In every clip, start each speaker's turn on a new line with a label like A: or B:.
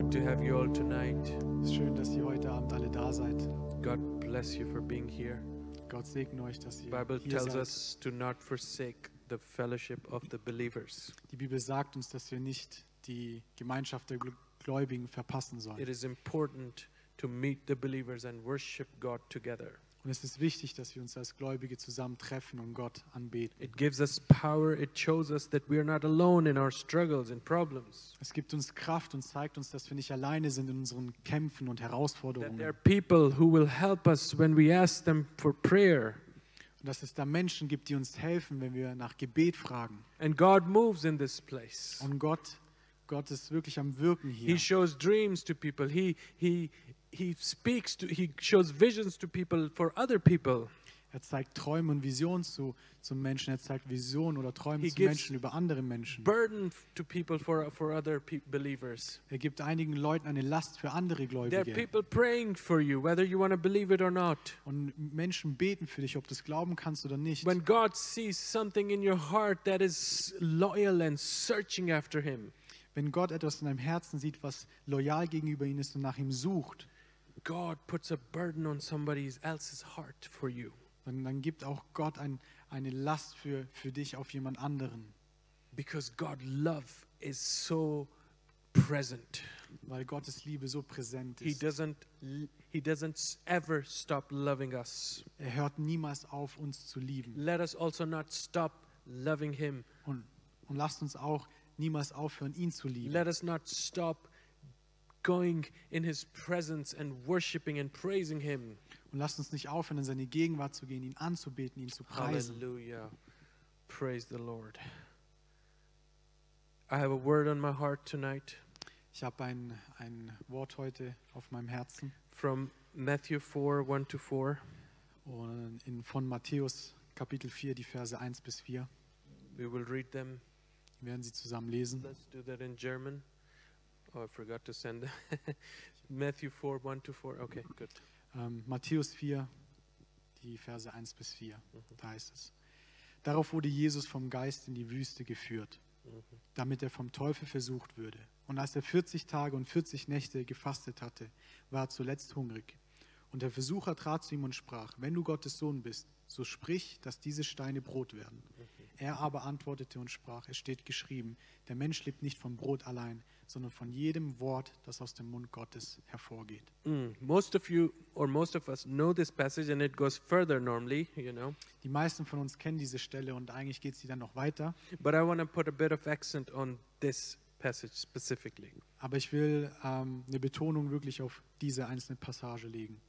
A: good to have you all tonight.
B: Es ist schön, dass ihr heute Abend alle da seid.
A: God bless you for being here.
B: Gott segne euch, dass ihr
A: Bible
B: hier
A: tells
B: seid.
A: us to not forsake the fellowship of the believers.
B: Die Bibel sagt uns, dass wir nicht die Gemeinschaft der Gl- Gläubigen verpassen sollen.
A: It is important to meet the believers and worship God together.
B: Und es ist wichtig, dass wir uns als Gläubige zusammentreffen und Gott anbeten.
A: It gives us power. It shows us that we are not alone in our struggles and problems.
B: Es gibt uns Kraft und zeigt uns, dass wir nicht alleine sind in unseren Kämpfen und
A: That there are
B: Herausforderungen.
A: people who will help us when we ask them for prayer.
B: Und dass es da Menschen gibt, die uns helfen, wenn wir nach Gebet fragen.
A: And God moves in this place.
B: Und Gott, Gott ist wirklich am Wirken
A: He
B: hier.
A: shows dreams to people. He he he speaks to he shows visions to people for other people.
B: Er zeigt Träume und Visionen zu, zum Menschen. Er zeigt Visionen oder Träume
A: He
B: zu
A: gives
B: Menschen über andere Menschen.
A: Burden f- to people for for other pe- believers.
B: Er gibt einigen Leuten eine Last für andere
A: There are
B: Gläubige.
A: people praying for you whether you want to believe it or not.
B: Und Menschen beten für dich, ob du es glauben kannst oder nicht.
A: When God sees something in your heart that is loyal and searching after him,
B: Wenn Gott etwas in deinem Herzen sieht, was loyal gegenüber ihm ist und nach ihm sucht,
A: God puts a burden on somebody else's heart for you.
B: dann, dann gibt auch Gott ein, eine Last für, für dich auf jemand anderen.
A: Because God love is so present.
B: Weil Gottes Liebe so präsent
A: He
B: ist.
A: doesn't he doesn't s- ever stop loving us.
B: Er hört niemals auf, uns zu lieben.
A: Let us also not stop loving him.
B: Und, und lasst uns auch niemals aufhören, ihn zu lieben.
A: Let us not stop going in his presence and worshiping and praising him.
B: Und lasst uns nicht aufhören, in seine Gegenwart zu gehen, ihn anzubeten, ihn zu preisen.
A: Hallelujah. Praise the Lord. I have a word on my heart tonight
B: Ich habe ein, ein Wort heute auf meinem Herzen
A: from Matthew 4 1 to 4.
B: und in, von Matthäus Kapitel 4, die Verse 1 bis 4.
A: We will read them.
B: Wir werden sie zusammen lesen.
A: Let's do that in German. Oh, I forgot to send them. Matthew 4 1 to 4. Okay, good.
B: Ähm, Matthäus 4, die Verse 1 bis 4, da heißt es. Darauf wurde Jesus vom Geist in die Wüste geführt, damit er vom Teufel versucht würde. Und als er 40 Tage und 40 Nächte gefastet hatte, war er zuletzt hungrig. Und der Versucher trat zu ihm und sprach, wenn du Gottes Sohn bist, so sprich, dass diese Steine Brot werden. Er aber antwortete und sprach, es steht geschrieben, der Mensch lebt nicht vom Brot allein, sondern von jedem Wort, das aus dem Mund Gottes hervorgeht.
A: Mm, Most of you, or most of us, know this passage, and it goes further normally, you know.
B: Die meisten von uns kennen diese Stelle und eigentlich geht sie dann noch weiter.
A: But I want to put a bit of accent on this passage specifically.
B: Aber ich will ähm, eine Betonung wirklich auf diese einzelne Passage legen.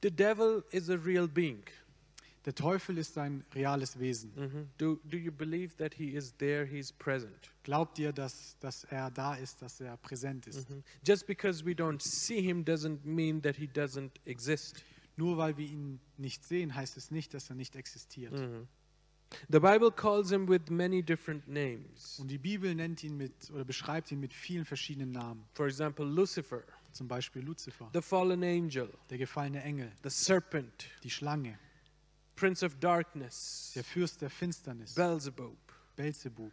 A: The devil is a real being. Mm-hmm.
B: Der Teufel ist ein reales Wesen.
A: Do, do you believe that he is there, he's present?
B: Glaubt ihr, dass, dass er da ist, dass er präsent
A: Mhm.
B: ist?
A: Mm-hmm. Just because we don't see him doesn't mean that he doesn't exist.
B: Nur weil wir ihn nicht sehen, heißt es nicht, dass er nicht existiert.
A: The Bible calls him with many different names.
B: Und die Bibel nennt ihn mit oder beschreibt ihn mit vielen verschiedenen Namen.
A: For example, Lucifer,
B: Zum Beispiel Luzifer,
A: the fallen angel,
B: der gefallene Engel,
A: the serpent,
B: die Schlange,
A: prince of darkness,
B: der Fürst der Finsternis,
A: Beelzebub,
B: Belzebub,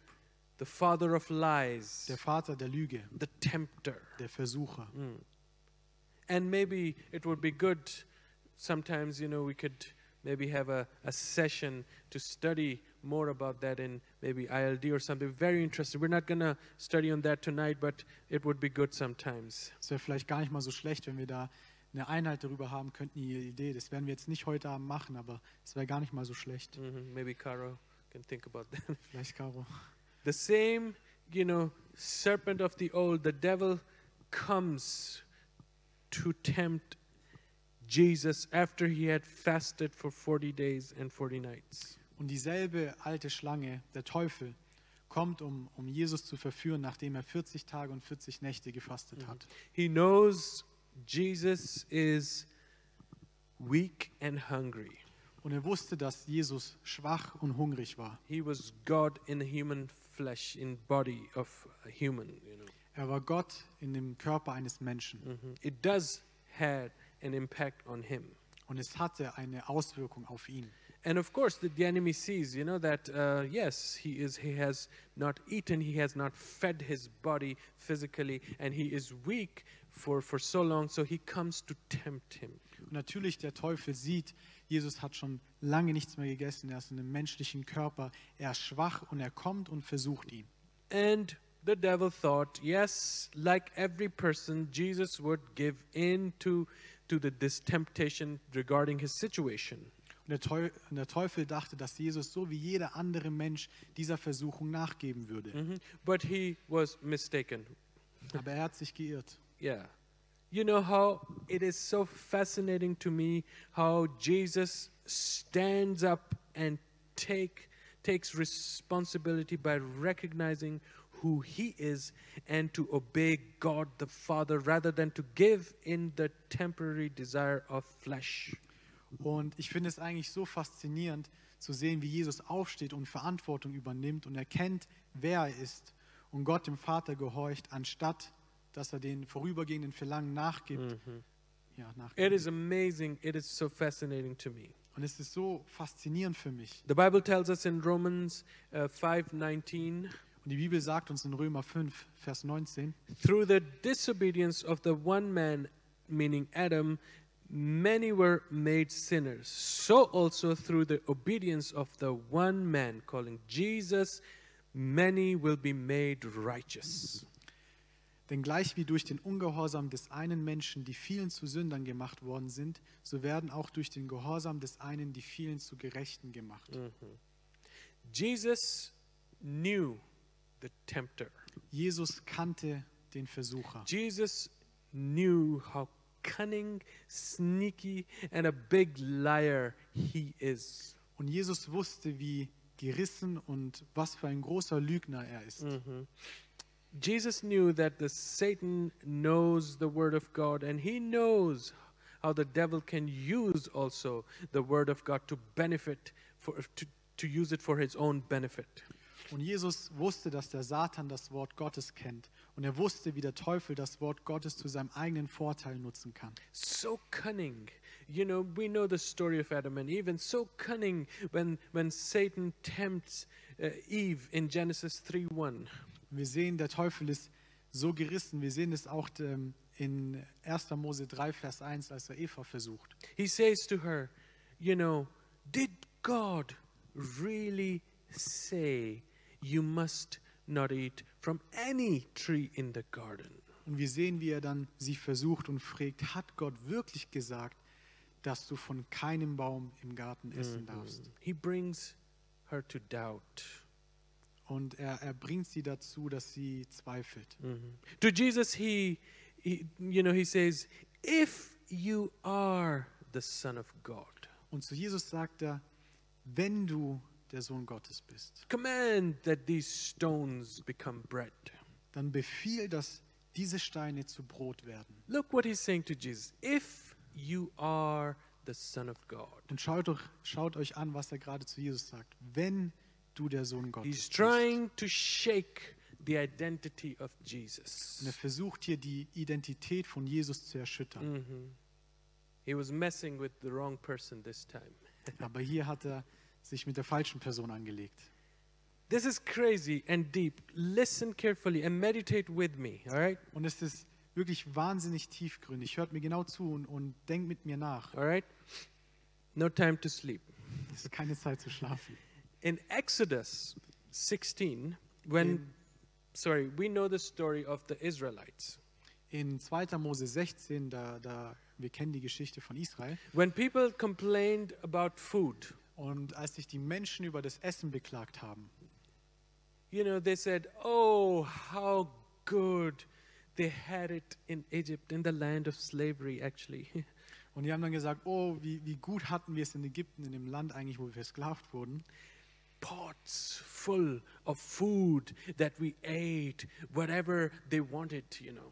A: the father of lies,
B: der Vater der Lüge,
A: the tempter.
B: der Versucher.
A: And maybe it would be good sometimes, you know, we could maybe have a, a session to study more about that in maybe ILD or something. Very interesting. We're not going to study on that tonight, but it would be good sometimes.
B: Es wäre vielleicht gar nicht mal so schlecht, wenn wir da eine Einheit darüber haben könnten, die Idee. Das werden wir jetzt nicht heute Abend machen, aber es wäre gar nicht mal so schlecht.
A: Mhm, Maybe Caro can think about that.
B: Vielleicht, Caro.
A: the same, you know, serpent of the old, the devil comes to tempt Jesus after he had fasted for 40 days and 40 nights.
B: Und dieselbe alte Schlange, der Teufel, kommt, um, um Jesus zu verführen, nachdem er 40 Tage und 40 Nächte gefastet hat.
A: He knows Jesus is weak and hungry.
B: Und er wusste, dass Jesus schwach und hungrig war.
A: He was God in human flesh, in body of a human. You know, Mm-hmm.
B: Er war Gott in dem Körper eines Menschen.
A: it does had an impact on him,
B: Und es hatte eine Auswirkung auf ihn.
A: And of course, the, the enemy sees, you know, that uh, yes, he is. He has not eaten. He has not fed his body physically, and he is weak for for so long. So he comes to tempt him.
B: Und natürlich, der Teufel sieht, Jesus hat schon lange nichts mehr gegessen, er ist in einem menschlichen Körper, er ist schwach und er kommt und versucht ihn.
A: And the devil thought, yes, like every person, Jesus would give in to, to the, this temptation regarding his situation.
B: Und der, Teu und der Teufel dachte, dass Jesus so wie jeder andere Mensch dieser Versuchung nachgeben würde.
A: Mhm. But he was mistaken.
B: Aber er hat sich geirrt.
A: Yeah. You know how it is so fascinating to me how Jesus stands up and take takes responsibility by recognizing who he is and to obey God the Father rather than to give in the temporary desire of flesh.
B: Und ich finde es eigentlich so faszinierend zu sehen, wie Jesus aufsteht und Verantwortung übernimmt und erkennt, wer er ist und Gott dem Vater gehorcht, anstatt dass er den vorübergehenden Verlangen nachgibt. Ja, nachgibt.
A: It is amazing. It is so fascinating to me.
B: Und es ist so faszinierend für mich.
A: The Bible tells us in Romans uh, 5:19
B: Und die Bibel sagt uns in Römer 5, Vers 19,
A: through the disobedience of the one man, meaning Adam, many were made sinners. So also through the obedience of the one man, calling Jesus, many will be made righteous.
B: Denn gleich wie durch den Ungehorsam des einen Menschen die vielen zu Sündern gemacht worden sind, so werden auch durch den Gehorsam des einen die vielen zu Gerechten gemacht.
A: Jesus knew the tempter.
B: Jesus kannte den Versucher.
A: Jesus knew how cunning, sneaky, and a big liar he is.
B: Und Jesus wusste, wie gerissen und was für ein großer Lügner er ist.
A: Jesus knew that the Satan knows the word of God and he knows how the devil can use also the word of God to benefit for to, to use it for his own benefit.
B: Und Jesus wusste, dass der Satan das Wort Gottes kennt. Und er wusste, wie der Teufel das Wort Gottes zu seinem eigenen Vorteil nutzen kann.
A: so cunning you know we know the story of adam and eve and so cunning when when satan tempts uh, eve in genesis 3:1
B: Und wir sehen, der Teufel ist so gerissen. Wir sehen es auch ähm, in 1. Mose 3, Vers 1, als er Eva versucht.
A: he says to her you know did god really say you must not eat from any tree in the garden
B: Und wir sehen, wie er dann sie versucht und fragt, hat Gott wirklich gesagt, dass du von keinem Baum im Garten essen darfst?
A: he brings her to doubt
B: Und er, er bringt sie dazu, dass sie zweifelt.
A: Mhm. To Jesus, he, he, you know, he says, "If you are the Son of God,
B: Und zu Jesus sagt er, wenn du der Sohn Gottes bist,
A: command that these stones become bread."
B: dann befiehl, dass diese Steine zu Brot werden.
A: Look what he's saying to Jesus: "If you are the Son of God."
B: Und schaut, doch, schaut euch an, was er gerade zu Jesus sagt. Wenn du der Sohn Gottes
A: He's
B: bist.
A: trying to shake the identity of
B: Und er
A: Jesus.
B: versucht hier die Identität von Jesus zu erschüttern.
A: Mm. He was messing with the wrong person this time.
B: Aber hier hat er sich mit der falschen Person angelegt.
A: This is crazy and deep. Listen carefully and meditate with me, all right?
B: Und es ist wirklich wahnsinnig tiefgründig. Hört mir genau zu und, und denkt mit mir nach.
A: All right? No time to sleep.
B: Es ist keine Zeit zu schlafen.
A: in Exodus 16, when, sorry, we know the story of the Israelites.
B: In 2. Mose 16, da, da, wir kennen die Geschichte von Israel.
A: When people complained about food,
B: Und als sich die Menschen über das Essen beklagt haben,
A: you know, they said, oh, how good they had it in Egypt, in the land of slavery, actually.
B: und die haben dann gesagt, oh, wie, wie gut hatten wir es in Ägypten, in dem Land eigentlich, wo wir versklavt wurden.
A: Pots full of food that we ate, whatever they wanted, you know.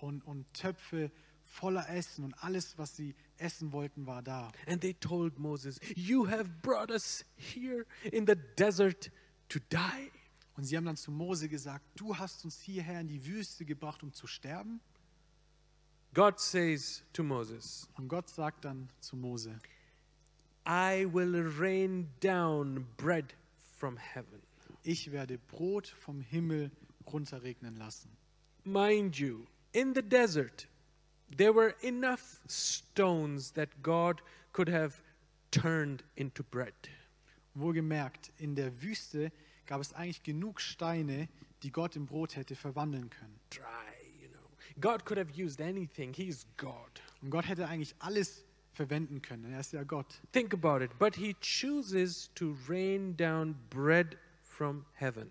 B: Und, und Töpfe voller Essen und alles, was sie essen wollten, war da.
A: And they told Moses, You have brought us here in the desert to die.
B: Und sie haben dann zu Mose gesagt, du hast uns hierher in die Wüste gebracht, um zu sterben.
A: God says to Moses,
B: Und Gott sagt dann zu Mose,
A: I will rain down bread from heaven.
B: Ich werde Brot vom Himmel runterregnen lassen.
A: Mind you, in the desert, there were enough stones that God could have turned into bread.
B: Wohlgemerkt, in der Wüste gab es eigentlich genug Steine, die Gott in Brot hätte verwandeln können.
A: Dry, you know. God could have used anything. He's God.
B: Und Gott hätte eigentlich alles verwenden können. Er ist ja Gott.
A: Think about it. But He chooses to rain down bread from heaven.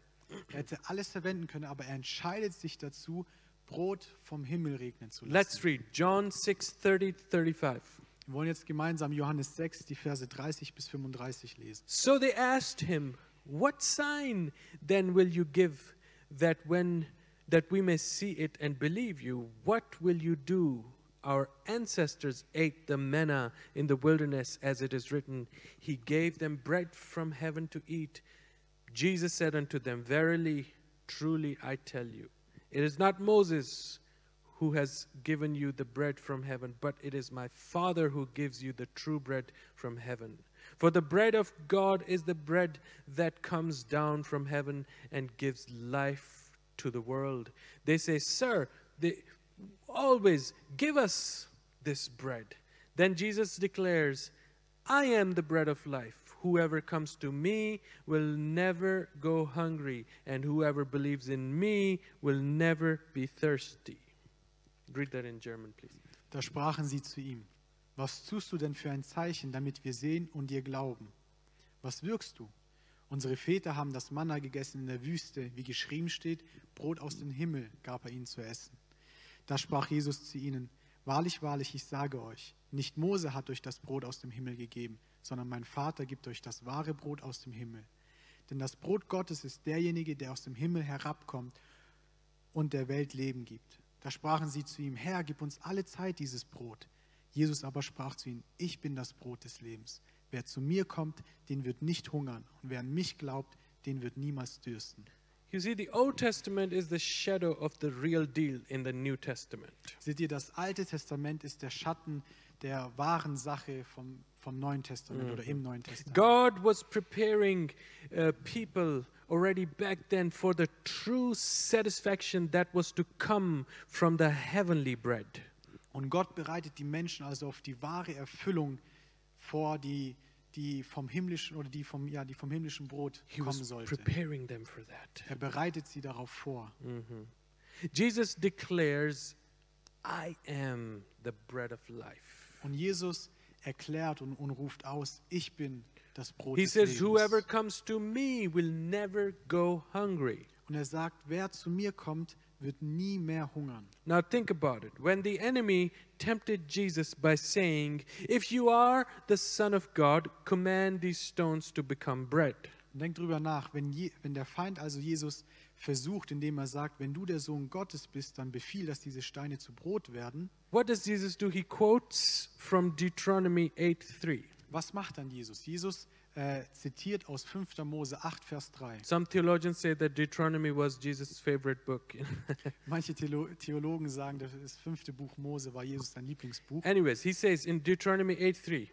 B: Er hätte alles verwenden können, aber er entscheidet sich dazu, Brot vom Himmel regnen zu lassen.
A: Let's read John 6 30 35.
B: Wir wollen jetzt gemeinsam Johannes 6, die Verse 30 bis 35 lesen.
A: So they asked him, "What sign then will you give that when that we may see it and believe you? What will you do? Our ancestors ate the manna in the wilderness as it is written, he gave them bread from heaven to eat." Jesus said unto them, "Verily, truly I tell you, it is not Moses who has given you the bread from heaven, but it is my Father who gives you the true bread from heaven. For the bread of God is the bread that comes down from heaven and gives life to the world. They say, Sir, they always give us this bread. Then Jesus declares, I am the bread of life. Whoever comes to me will never go hungry, and whoever believes in me will never be thirsty. Read that in German, please.
B: Da sprachen sie zu ihm, was tust du denn für ein Zeichen, damit wir sehen und dir glauben? Was wirkst du? Unsere Väter haben das Manna gegessen in der Wüste, wie geschrieben steht, Brot aus dem Himmel gab er ihnen zu essen. Da sprach Jesus zu ihnen, wahrlich, wahrlich, ich sage euch, nicht Mose hat euch das Brot aus dem Himmel gegeben, sondern mein Vater gibt euch das wahre Brot aus dem Himmel. Denn das Brot Gottes ist derjenige, der aus dem Himmel herabkommt und der Welt Leben gibt. Da sprachen sie zu ihm, Herr, gib uns alle Zeit dieses Brot. Jesus aber sprach zu ihnen, ich bin das Brot des Lebens. Wer zu mir kommt, den wird nicht hungern, und wer an mich glaubt, den wird niemals dürsten.
A: You see, the Old Testament is the shadow of the real deal in the New Testament.
B: Seht ihr, das Alte Testament ist der Schatten der wahren Sache vom, vom Neuen Testament oder
A: Mhm.
B: im Neuen Testament.
A: God was preparing uh, people already back then for the true satisfaction that was to come from the heavenly bread.
B: Und Gott bereitet die Menschen also auf die wahre Erfüllung vor, die, die vom himmlischen oder die vom, ja, die vom himmlischen Brot
A: He
B: kommen
A: was
B: sollte.
A: preparing them for that.
B: Er bereitet sie darauf vor.
A: Jesus declares, I am the bread of life.
B: Und Jesus erklärt und, und ruft aus, ich bin das Brot
A: He
B: des
A: says, Whoever
B: Lebens.
A: comes to me will never go hungry.
B: Und er sagt, wer zu mir kommt, wird nie mehr hungern.
A: Now think about it. When the enemy tempted Jesus by saying, If you are the Son of God, command these stones to become bread.
B: Und denk drüber nach, wenn, je, wenn der Feind also Jesus versucht, indem er sagt, wenn du der Sohn Gottes bist, dann befiehl, dass diese Steine zu Brot werden.
A: What does Jesus do? He quotes from Deuteronomy 8 3.
B: Was macht dann Jesus? Jesus äh, zitiert aus 5. Mose 8, Vers 3.
A: Some theologians say that Deuteronomy was Jesus' favorite book.
B: Manche Theolo Theologen sagen, das fünfte Buch Mose war Jesus sein Lieblingsbuch.
A: Anyways, he says in Deuteronomy 8 3,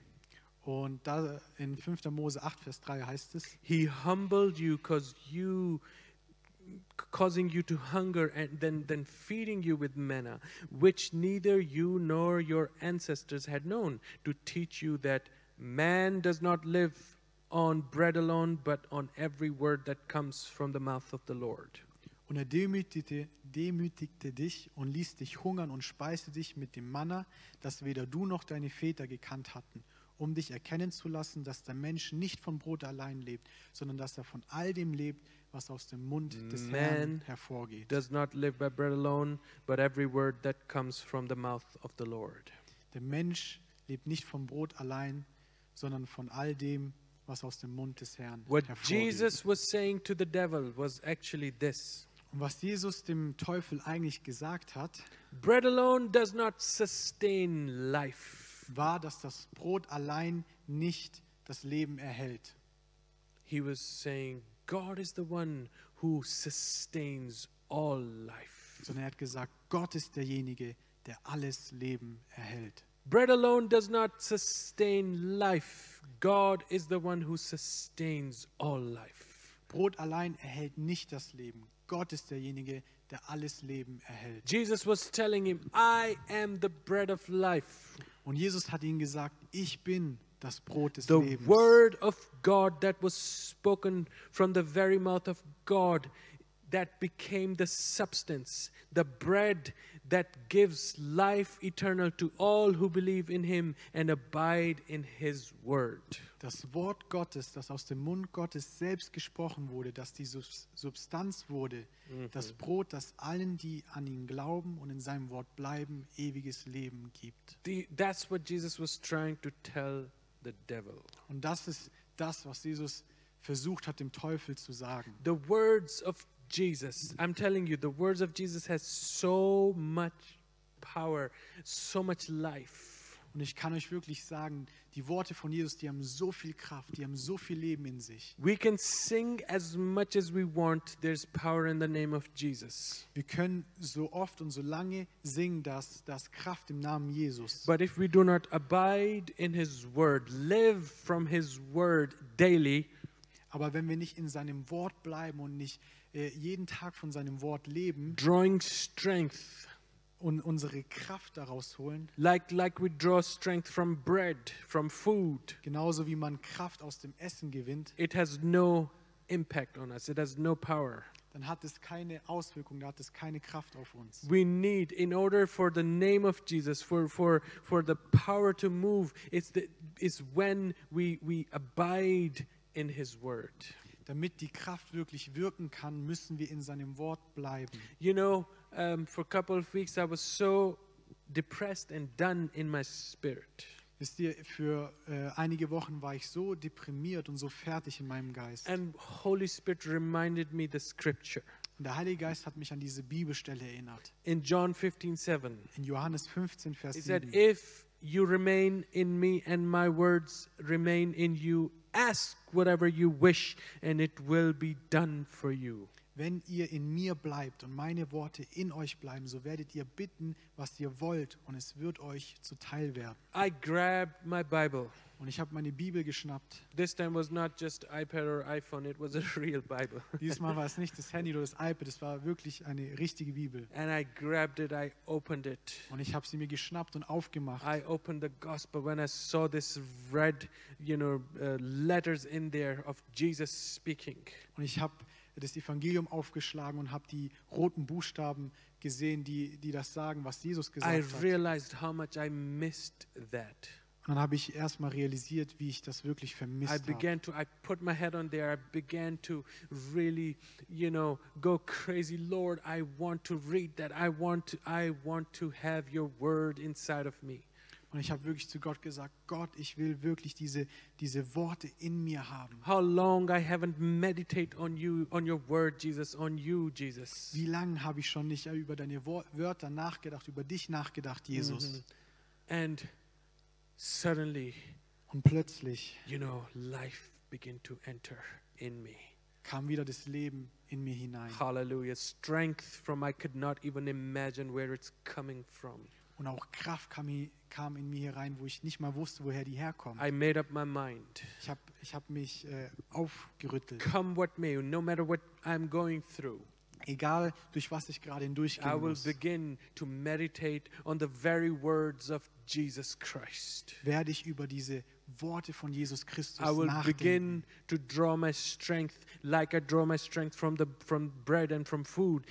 B: Und da in 5. Mose 8, Vers 3 heißt es,
A: He humbled you because you causing you to hunger and then then feeding you with manna which neither you nor your ancestors had known to teach you that man does not live on bread alone but on every word that comes from the mouth of the lord
B: Und er demütigte, demütigte dich und ließ dich hungern und speiste dich mit dem Manna, das weder du noch deine Väter gekannt hatten, um dich erkennen zu lassen, dass der Mensch nicht von Brot allein lebt, sondern dass er von all dem lebt, was aus dem Mund des
A: Man
B: Herrn hervorgeht.
A: does not live by bread alone but every word that comes from the mouth of the lord
B: Der Mensch lebt nicht vom Brot allein, sondern von all dem, was aus dem Mund des Herrn
A: what
B: hervorgeht.
A: jesus was saying to the devil was actually this
B: und was Jesus dem Teufel eigentlich gesagt hat,
A: Bread alone does not sustain life.
B: war, dass das Brot allein nicht das Leben erhält.
A: He was saying, God is the one who sustains all life.
B: sondern er hat gesagt, Gott ist derjenige, der alles Leben erhält.
A: Bread alone does not sustain life. God is the one who sustains all life.
B: Brot allein erhält nicht das Leben. Gott ist derjenige, der alles Leben erhält.
A: Jesus was telling him, I am the bread of life.
B: Und Jesus hat ihnen gesagt, ich bin das Brot des
A: The
B: Lebens.
A: word of God that was spoken from the very mouth of God that became the substance, the bread that gives life eternal to all who believe in him and abide in his word.
B: Das Wort Gottes, das aus dem Mund Gottes selbst gesprochen wurde, das die Subs- Substanz wurde, das
A: Mhm.
B: Brot, das allen, die an ihn glauben und in seinem Wort bleiben, ewiges Leben gibt.
A: The, that's what Jesus was trying to tell the devil.
B: Und das ist das, was Jesus versucht hat, dem Teufel zu sagen.
A: The words of Jesus, I'm telling you, the words of Jesus has so much power, so much life.
B: Und ich kann euch wirklich sagen, die Worte von Jesus, die haben so viel Kraft, die haben so viel Leben in sich.
A: We can sing as much as we want. There's power in the name of Jesus.
B: Wir können so oft und so lange singen, dass das Kraft im Namen Jesus.
A: But if we do not abide in His Word, live from His Word daily,
B: Aber wenn wir nicht in seinem Wort bleiben und nicht äh, jeden Tag von seinem Wort leben
A: drawing strength
B: und unsere Kraft daraus holen,
A: like like we draw strength from bread, from food,
B: genauso wie man Kraft aus dem Essen gewinnt,
A: it has no impact on us. It has no power.
B: dann hat es keine Auswirkung, da hat es keine Kraft auf uns.
A: We need, in order for the name of Jesus, for for for the power to move, it's the it's when we we abide in His Word.
B: Damit die Kraft wirklich wirken kann, müssen wir in seinem Wort bleiben.
A: You know, um, for a couple of weeks, I was so depressed and done in my spirit.
B: Wisst ihr, für äh, einige Wochen war ich so deprimiert und so fertig in meinem Geist.
A: And Holy Spirit reminded me the scripture
B: Und der Heilige Geist hat mich an diese Bibelstelle erinnert.
A: in John 15 7.
B: In Johannes 15, Vers
A: He said,
B: 7.
A: If you remain in me and my words remain in you, ask whatever you wish and it will be done for you.
B: Wenn ihr in mir bleibt und meine Worte in euch bleiben, so werdet ihr bitten, was ihr wollt, und es wird euch zuteil werden.
A: I grabbed my Bible.
B: Und ich habe meine Bibel geschnappt.
A: This time was not just iPad or iPhone, it was a real Bible.
B: Dieses Mal war es nicht das Handy oder das iPad, es war wirklich eine richtige Bibel.
A: and I grabbed it, I opened it.
B: Und ich habe sie mir geschnappt und aufgemacht.
A: I opened the gospel when I saw this red, you know, uh, letters in there of Jesus speaking.
B: Und ich habe das Evangelium aufgeschlagen und habe die roten Buchstaben gesehen, die, die das sagen, was Jesus
A: I
B: gesagt hat. Und
A: realized how much I missed that.
B: dann habe ich erst mal realisiert, wie ich das wirklich vermisst
A: I
B: habe.
A: began to, I put my head on there. I began to really, you know, go crazy. Lord, I want to read that. I want to, I want to have your word inside of me.
B: Und ich habe wirklich zu Gott gesagt, Gott, ich will wirklich diese, diese Worte in mir haben.
A: How long I haven't meditate on you, on your word, Jesus, on you, Jesus.
B: Wie lange habe ich schon nicht über deine Wor- Wörter nachgedacht, über dich nachgedacht, Jesus?
A: Mhm. And suddenly,
B: Und plötzlich
A: you know, life begin to enter in me.
B: kam wieder das Leben in mir hinein.
A: Hallelujah. Strength from I could not even imagine where it's coming from.
B: Und auch Kraft kam, hi- kam in mir herein, wo ich nicht mal wusste, woher die herkommt.
A: I made up my mind.
B: Ich habe ich hab mich äh, aufgerüttelt.
A: Come what may, no matter what I'm going through,
B: Egal, durch was ich gerade
A: I
B: hindurchgehen
A: will
B: muss,
A: begin to meditate on the very words of Jesus Christ.
B: werde ich über diese Worte von Jesus Christus
A: I will begin
B: nachdenken.
A: to draw my strength like I draw my strength from the from bread and from food,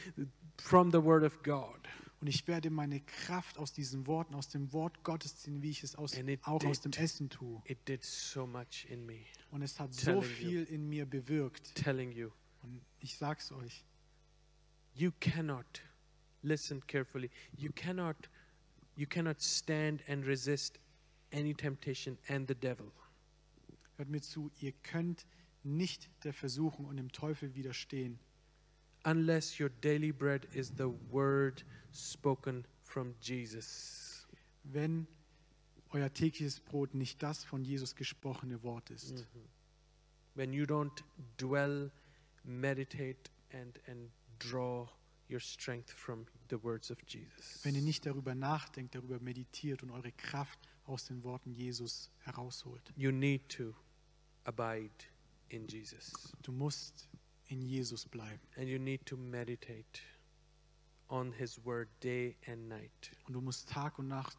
A: from the word of God.
B: Und ich werde meine Kraft aus diesen Worten, aus dem Wort Gottes ziehen, wie ich es aus,
A: And it
B: auch aus dem
A: did.
B: Essen tue.
A: It did so much in me,
B: Und es hat so
A: Telling you.
B: viel in mir bewirkt.
A: telling you
B: Und ich sag's euch,
A: you cannot listen carefully you cannot you cannot stand and resist any temptation and the devil
B: hört mir zu, ihr könnt nicht der Versuchung und dem Teufel widerstehen,
A: unless your daily bread is the word spoken from jesus
B: wenn euer tägliches Brot nicht das von Jesus gesprochene Wort ist.
A: when you don't dwell meditate and and draw your strength from the words of jesus
B: Wenn ihr nicht darüber nachdenkt, darüber meditiert und eure Kraft aus den Worten Jesus herausholt.
A: You need to abide in Jesus
B: Du musst in Jesus bleiben
A: and you need to meditate on His word day and night.
B: und du musst Tag und Nacht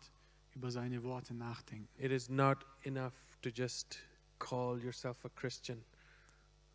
B: über seine Worte nachdenken.
A: It is not enough to just call yourself a Christian.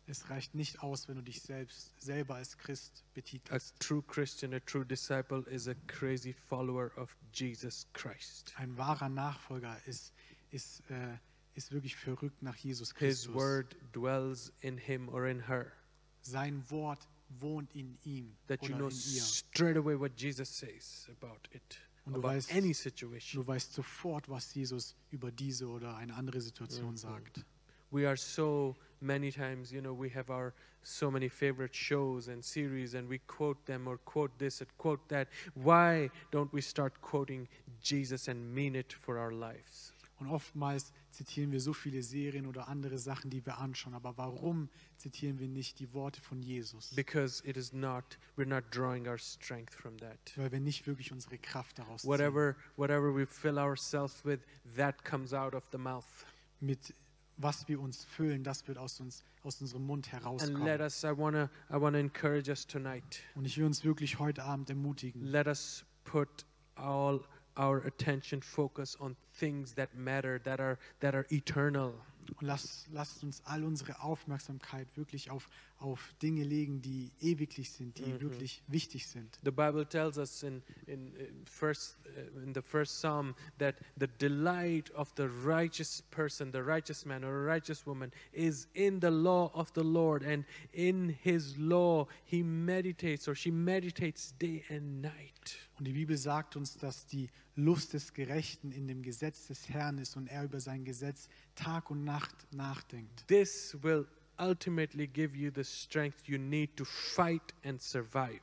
B: Es reicht nicht aus, wenn du dich selbst selber als Christ
A: A
B: betitelst.
A: true Christian, a true disciple is a crazy follower of Jesus Christ.
B: Ein wahrer Nachfolger ist, ist, äh, ist wirklich verrückt nach Jesus
A: His
B: Christus.
A: word dwells in him or in her.
B: Sein Wort wohnt in ihm
A: That you
B: oder
A: know
B: in ihr.
A: straight away what Jesus says about it,
B: Und du
A: about
B: weißt-
A: any situation.
B: Du weißt sofort, was Jesus über diese oder eine andere Situation
A: Mhm.
B: sagt.
A: we are so many times you know we have our so many favorite shows and series and we quote them or quote this and quote that why don't we start quoting jesus and mean it for our lives
B: Und oftmals zitieren wir so viele Serien oder andere Sachen, die wir anschauen. Aber warum zitieren wir nicht die Worte von Jesus?
A: because it is not we're not drawing our strength from that
B: Weil wir nicht wirklich unsere Kraft daraus ziehen.
A: whatever whatever we fill ourselves with that comes out of the mouth
B: Mit was wir uns füllen, das wird aus, uns, aus unserem Mund
A: and let
B: herauskommen.
A: us i want to i want to encourage us tonight
B: Und ich will uns wirklich heute Abend ermutigen.
A: let us put all our attention focus on things that matter that are that are eternal
B: Und lasst, lasst uns all unsere Aufmerksamkeit wirklich auf, auf Dinge legen, die ewiglich sind,
A: Mhm.
B: die wirklich wichtig sind.
A: the bible tells us in in, in first uh, in the first psalm that the delight of the righteous person the righteous man or righteous woman is in the law of the lord and in his law he meditates or she meditates day and night
B: Und die Bibel sagt uns, dass die Lust des Gerechten in dem Gesetz des Herrn ist und er über sein Gesetz Tag und Nacht nachdenkt.
A: this will ultimately give you the strength you need to fight and survive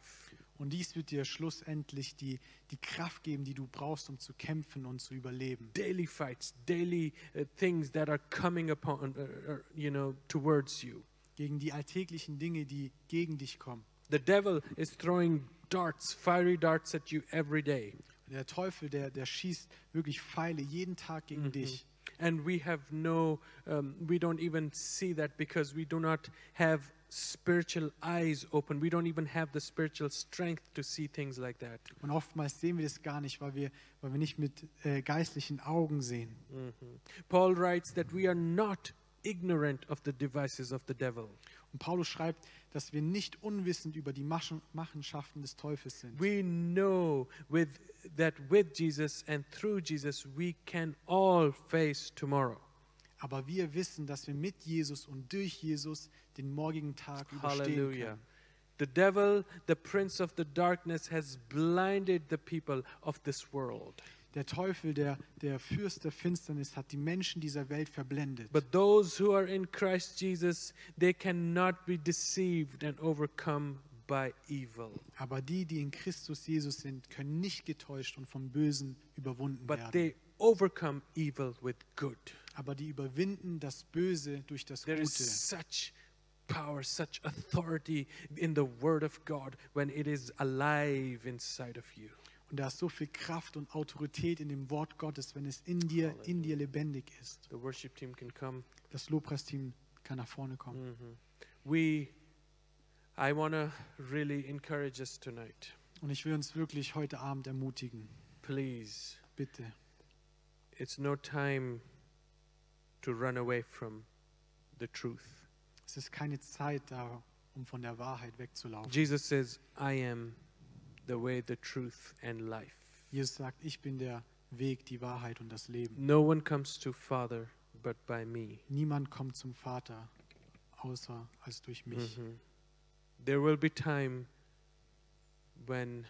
B: Und dies wird dir schlussendlich die, die Kraft geben, die du brauchst, um zu kämpfen und zu überleben.
A: daily fights, daily uh, things that are coming upon, uh, uh, you know, towards you.
B: Gegen die alltäglichen Dinge, die gegen dich kommen.
A: The devil is throwing darts, fiery darts at you every day.
B: Und der Teufel, der, der schießt wirklich Pfeile jeden Tag gegen dich.
A: And we have no, um, we don't even see that because we do not have spiritual eyes open. We don't even have the spiritual strength to see things like that.
B: Und oftmals sehen wir das gar nicht, weil wir, weil wir nicht mit äh, geistlichen Augen sehen.
A: Mm. Paul writes that we are not ignorant of the devices of the devil.
B: Und Paulus schreibt, dass wir nicht unwissend über die Maschen, Machenschaften des Teufels sind.
A: we know with that with Jesus and through Jesus we can all face tomorrow.
B: Aber wir wissen, dass wir mit Jesus und durch Jesus den morgigen Tag überstehen
A: Hallelujah.
B: können.
A: The devil, the prince of the darkness has blinded the people of this world.
B: Der Teufel, der, der Fürst der Finsternis, hat die Menschen dieser Welt verblendet.
A: But those who are in Christ Jesus, they cannot be deceived and overcome by evil.
B: Aber die, die in Christus Jesus sind, können nicht getäuscht und vom Bösen überwunden
A: But
B: werden.
A: they overcome evil with good.
B: Aber die überwinden das Böse durch das
A: There
B: Gute.
A: is such power, such authority in the Word of God when it is alive inside of you.
B: Und da ist so viel Kraft und Autorität in dem Wort Gottes, wenn es in dir, in dir lebendig ist.
A: The worship team can come.
B: Das Lobpreisteam kann nach vorne kommen.
A: Mm-hmm. We, I want to really encourage us tonight.
B: Und ich will uns wirklich heute Abend ermutigen.
A: Please,
B: Bitte.
A: it's no time to run away from the truth.
B: Es ist keine Zeit da, um von der Wahrheit wegzulaufen.
A: Jesus says, I am the way, the truth, and life.
B: Jesus sagt, ich bin der Weg, die Wahrheit und das Leben.
A: No one comes to Father but by me.
B: Niemand kommt zum Vater, außer als durch mich.
A: Mhm. Mm-hmm. There will be time when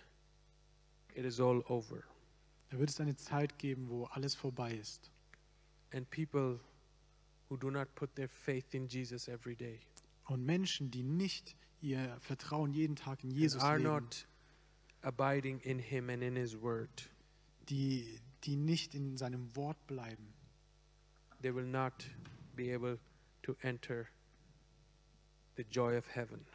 A: it is all over
B: Da wird es eine Zeit geben, wo alles vorbei ist.
A: and people who do not put their faith in Jesus every day
B: Und Menschen, die nicht ihr Vertrauen jeden Tag in
A: and
B: Jesus
A: are
B: leben,
A: not abiding in him and in his word
B: die, die nicht in seinem Wort bleiben,
A: they will not be able to enter the joy of heaven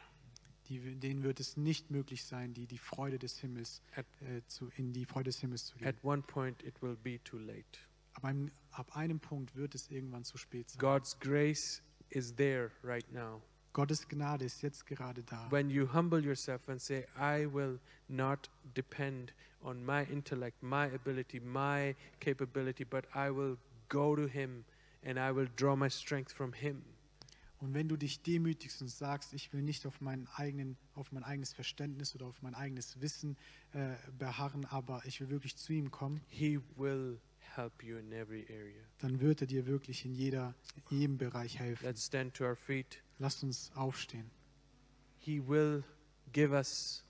B: die, denen wird es nicht möglich sein, die, die Freude des Himmels
A: at,
B: äh, zu, in die Freude des Himmels zu
A: at
B: gehen.
A: one point it will be too late
B: Aber im- ab einem Punkt wird es irgendwann zu spät sein.
A: God's grace is there right now.
B: Gottes Gnade ist jetzt gerade da.
A: When you humble yourself and say, I will not depend on my intellect, my ability, my capability, but I will go to Him and I will draw my strength from Him.
B: Und wenn du dich demütigst und sagst, ich will nicht auf, meinen eigenen, auf mein eigenes Verständnis oder auf mein eigenes Wissen äh, beharren, aber ich will wirklich zu ihm kommen,
A: He will help you in every area.
B: dann wird er dir wirklich in, jeder, in jedem Bereich helfen.
A: Let's stand to our feet.
B: Lasst uns aufstehen.
A: He will give us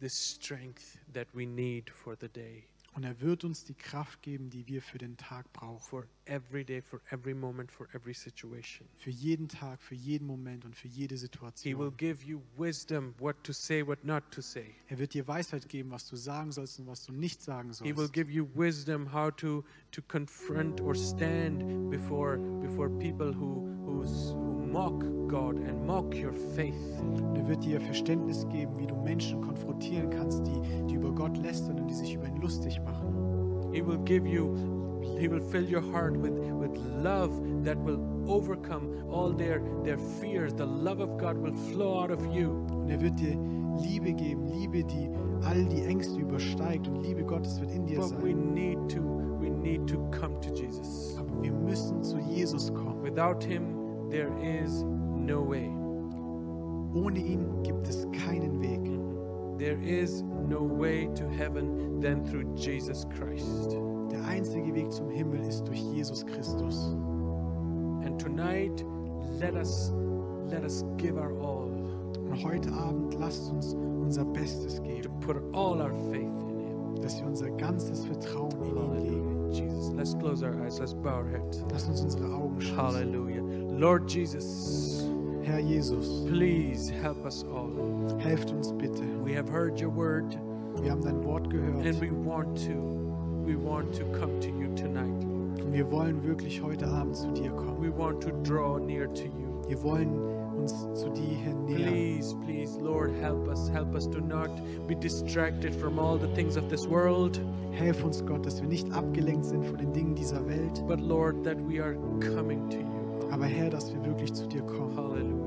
A: the strength that we need for the day,
B: Und er wird uns die Kraft geben, die wir für den Tag brauchen.
A: for every day, for every moment, for every situation.
B: Für jeden Tag, für jeden Moment und für jede
A: He will
B: Situation.
A: give you wisdom what to say, what not to say.
B: Er wird dir Weisheit geben, was du sagen sollst und was du nicht sagen
A: He will
B: sollst.
A: give you wisdom how to to confront or stand before before people who who's, who mock God and mock your faith.
B: Und er wird dir Verständnis geben, wie du Menschen konfrontieren kannst, die, die über Gott lästern und die sich über ihn lustig machen.
A: He will give you, He will fill your heart with, with love that will overcome all their, their fears. The love of God will flow out of you.
B: Und er wird dir Liebe geben, Liebe, die all die Ängste übersteigt. Und Liebe Gottes wird in dir
A: But we
B: sein.
A: need to, we need to come to Jesus.
B: Aber wir müssen zu Jesus kommen.
A: Without Him, there is no way.
B: Ohne ihn gibt es keinen Weg.
A: There is no way to heaven than through Jesus Christ.
B: Der einzige Weg zum Himmel ist durch Jesus Christus.
A: And tonight, let us let us give our all
B: Und heute Abend lasst uns unser Bestes
A: to
B: geben,
A: put all our faith in Him.
B: dass wir unser ganzes Vertrauen in ihn
A: Hallelujah. Jesus.
B: legen.
A: Let's close our eyes. Let's bow our heads.
B: Lass uns unsere Augen schließen.
A: Hallelujah. Lord Jesus,
B: Herr Jesus,
A: please help us all.
B: helft uns bitte.
A: We have heard your word
B: Wir haben dein Wort
A: and
B: gehört
A: we want to we want to come to you tonight, Lord.
B: und wir wollen wirklich heute Abend zu dir kommen.
A: We want to draw near to you.
B: Wir wollen uns zu dir hin nähern.
A: Please, please, Lord, help us. Help us to not be distracted from all the things of this world,
B: Helf uns, Gott, dass wir nicht abgelenkt sind von den Dingen dieser Welt,
A: but Lord, that we are coming to you.
B: aber Herr, dass wir wirklich zu dir kommen.
A: Hallelujah.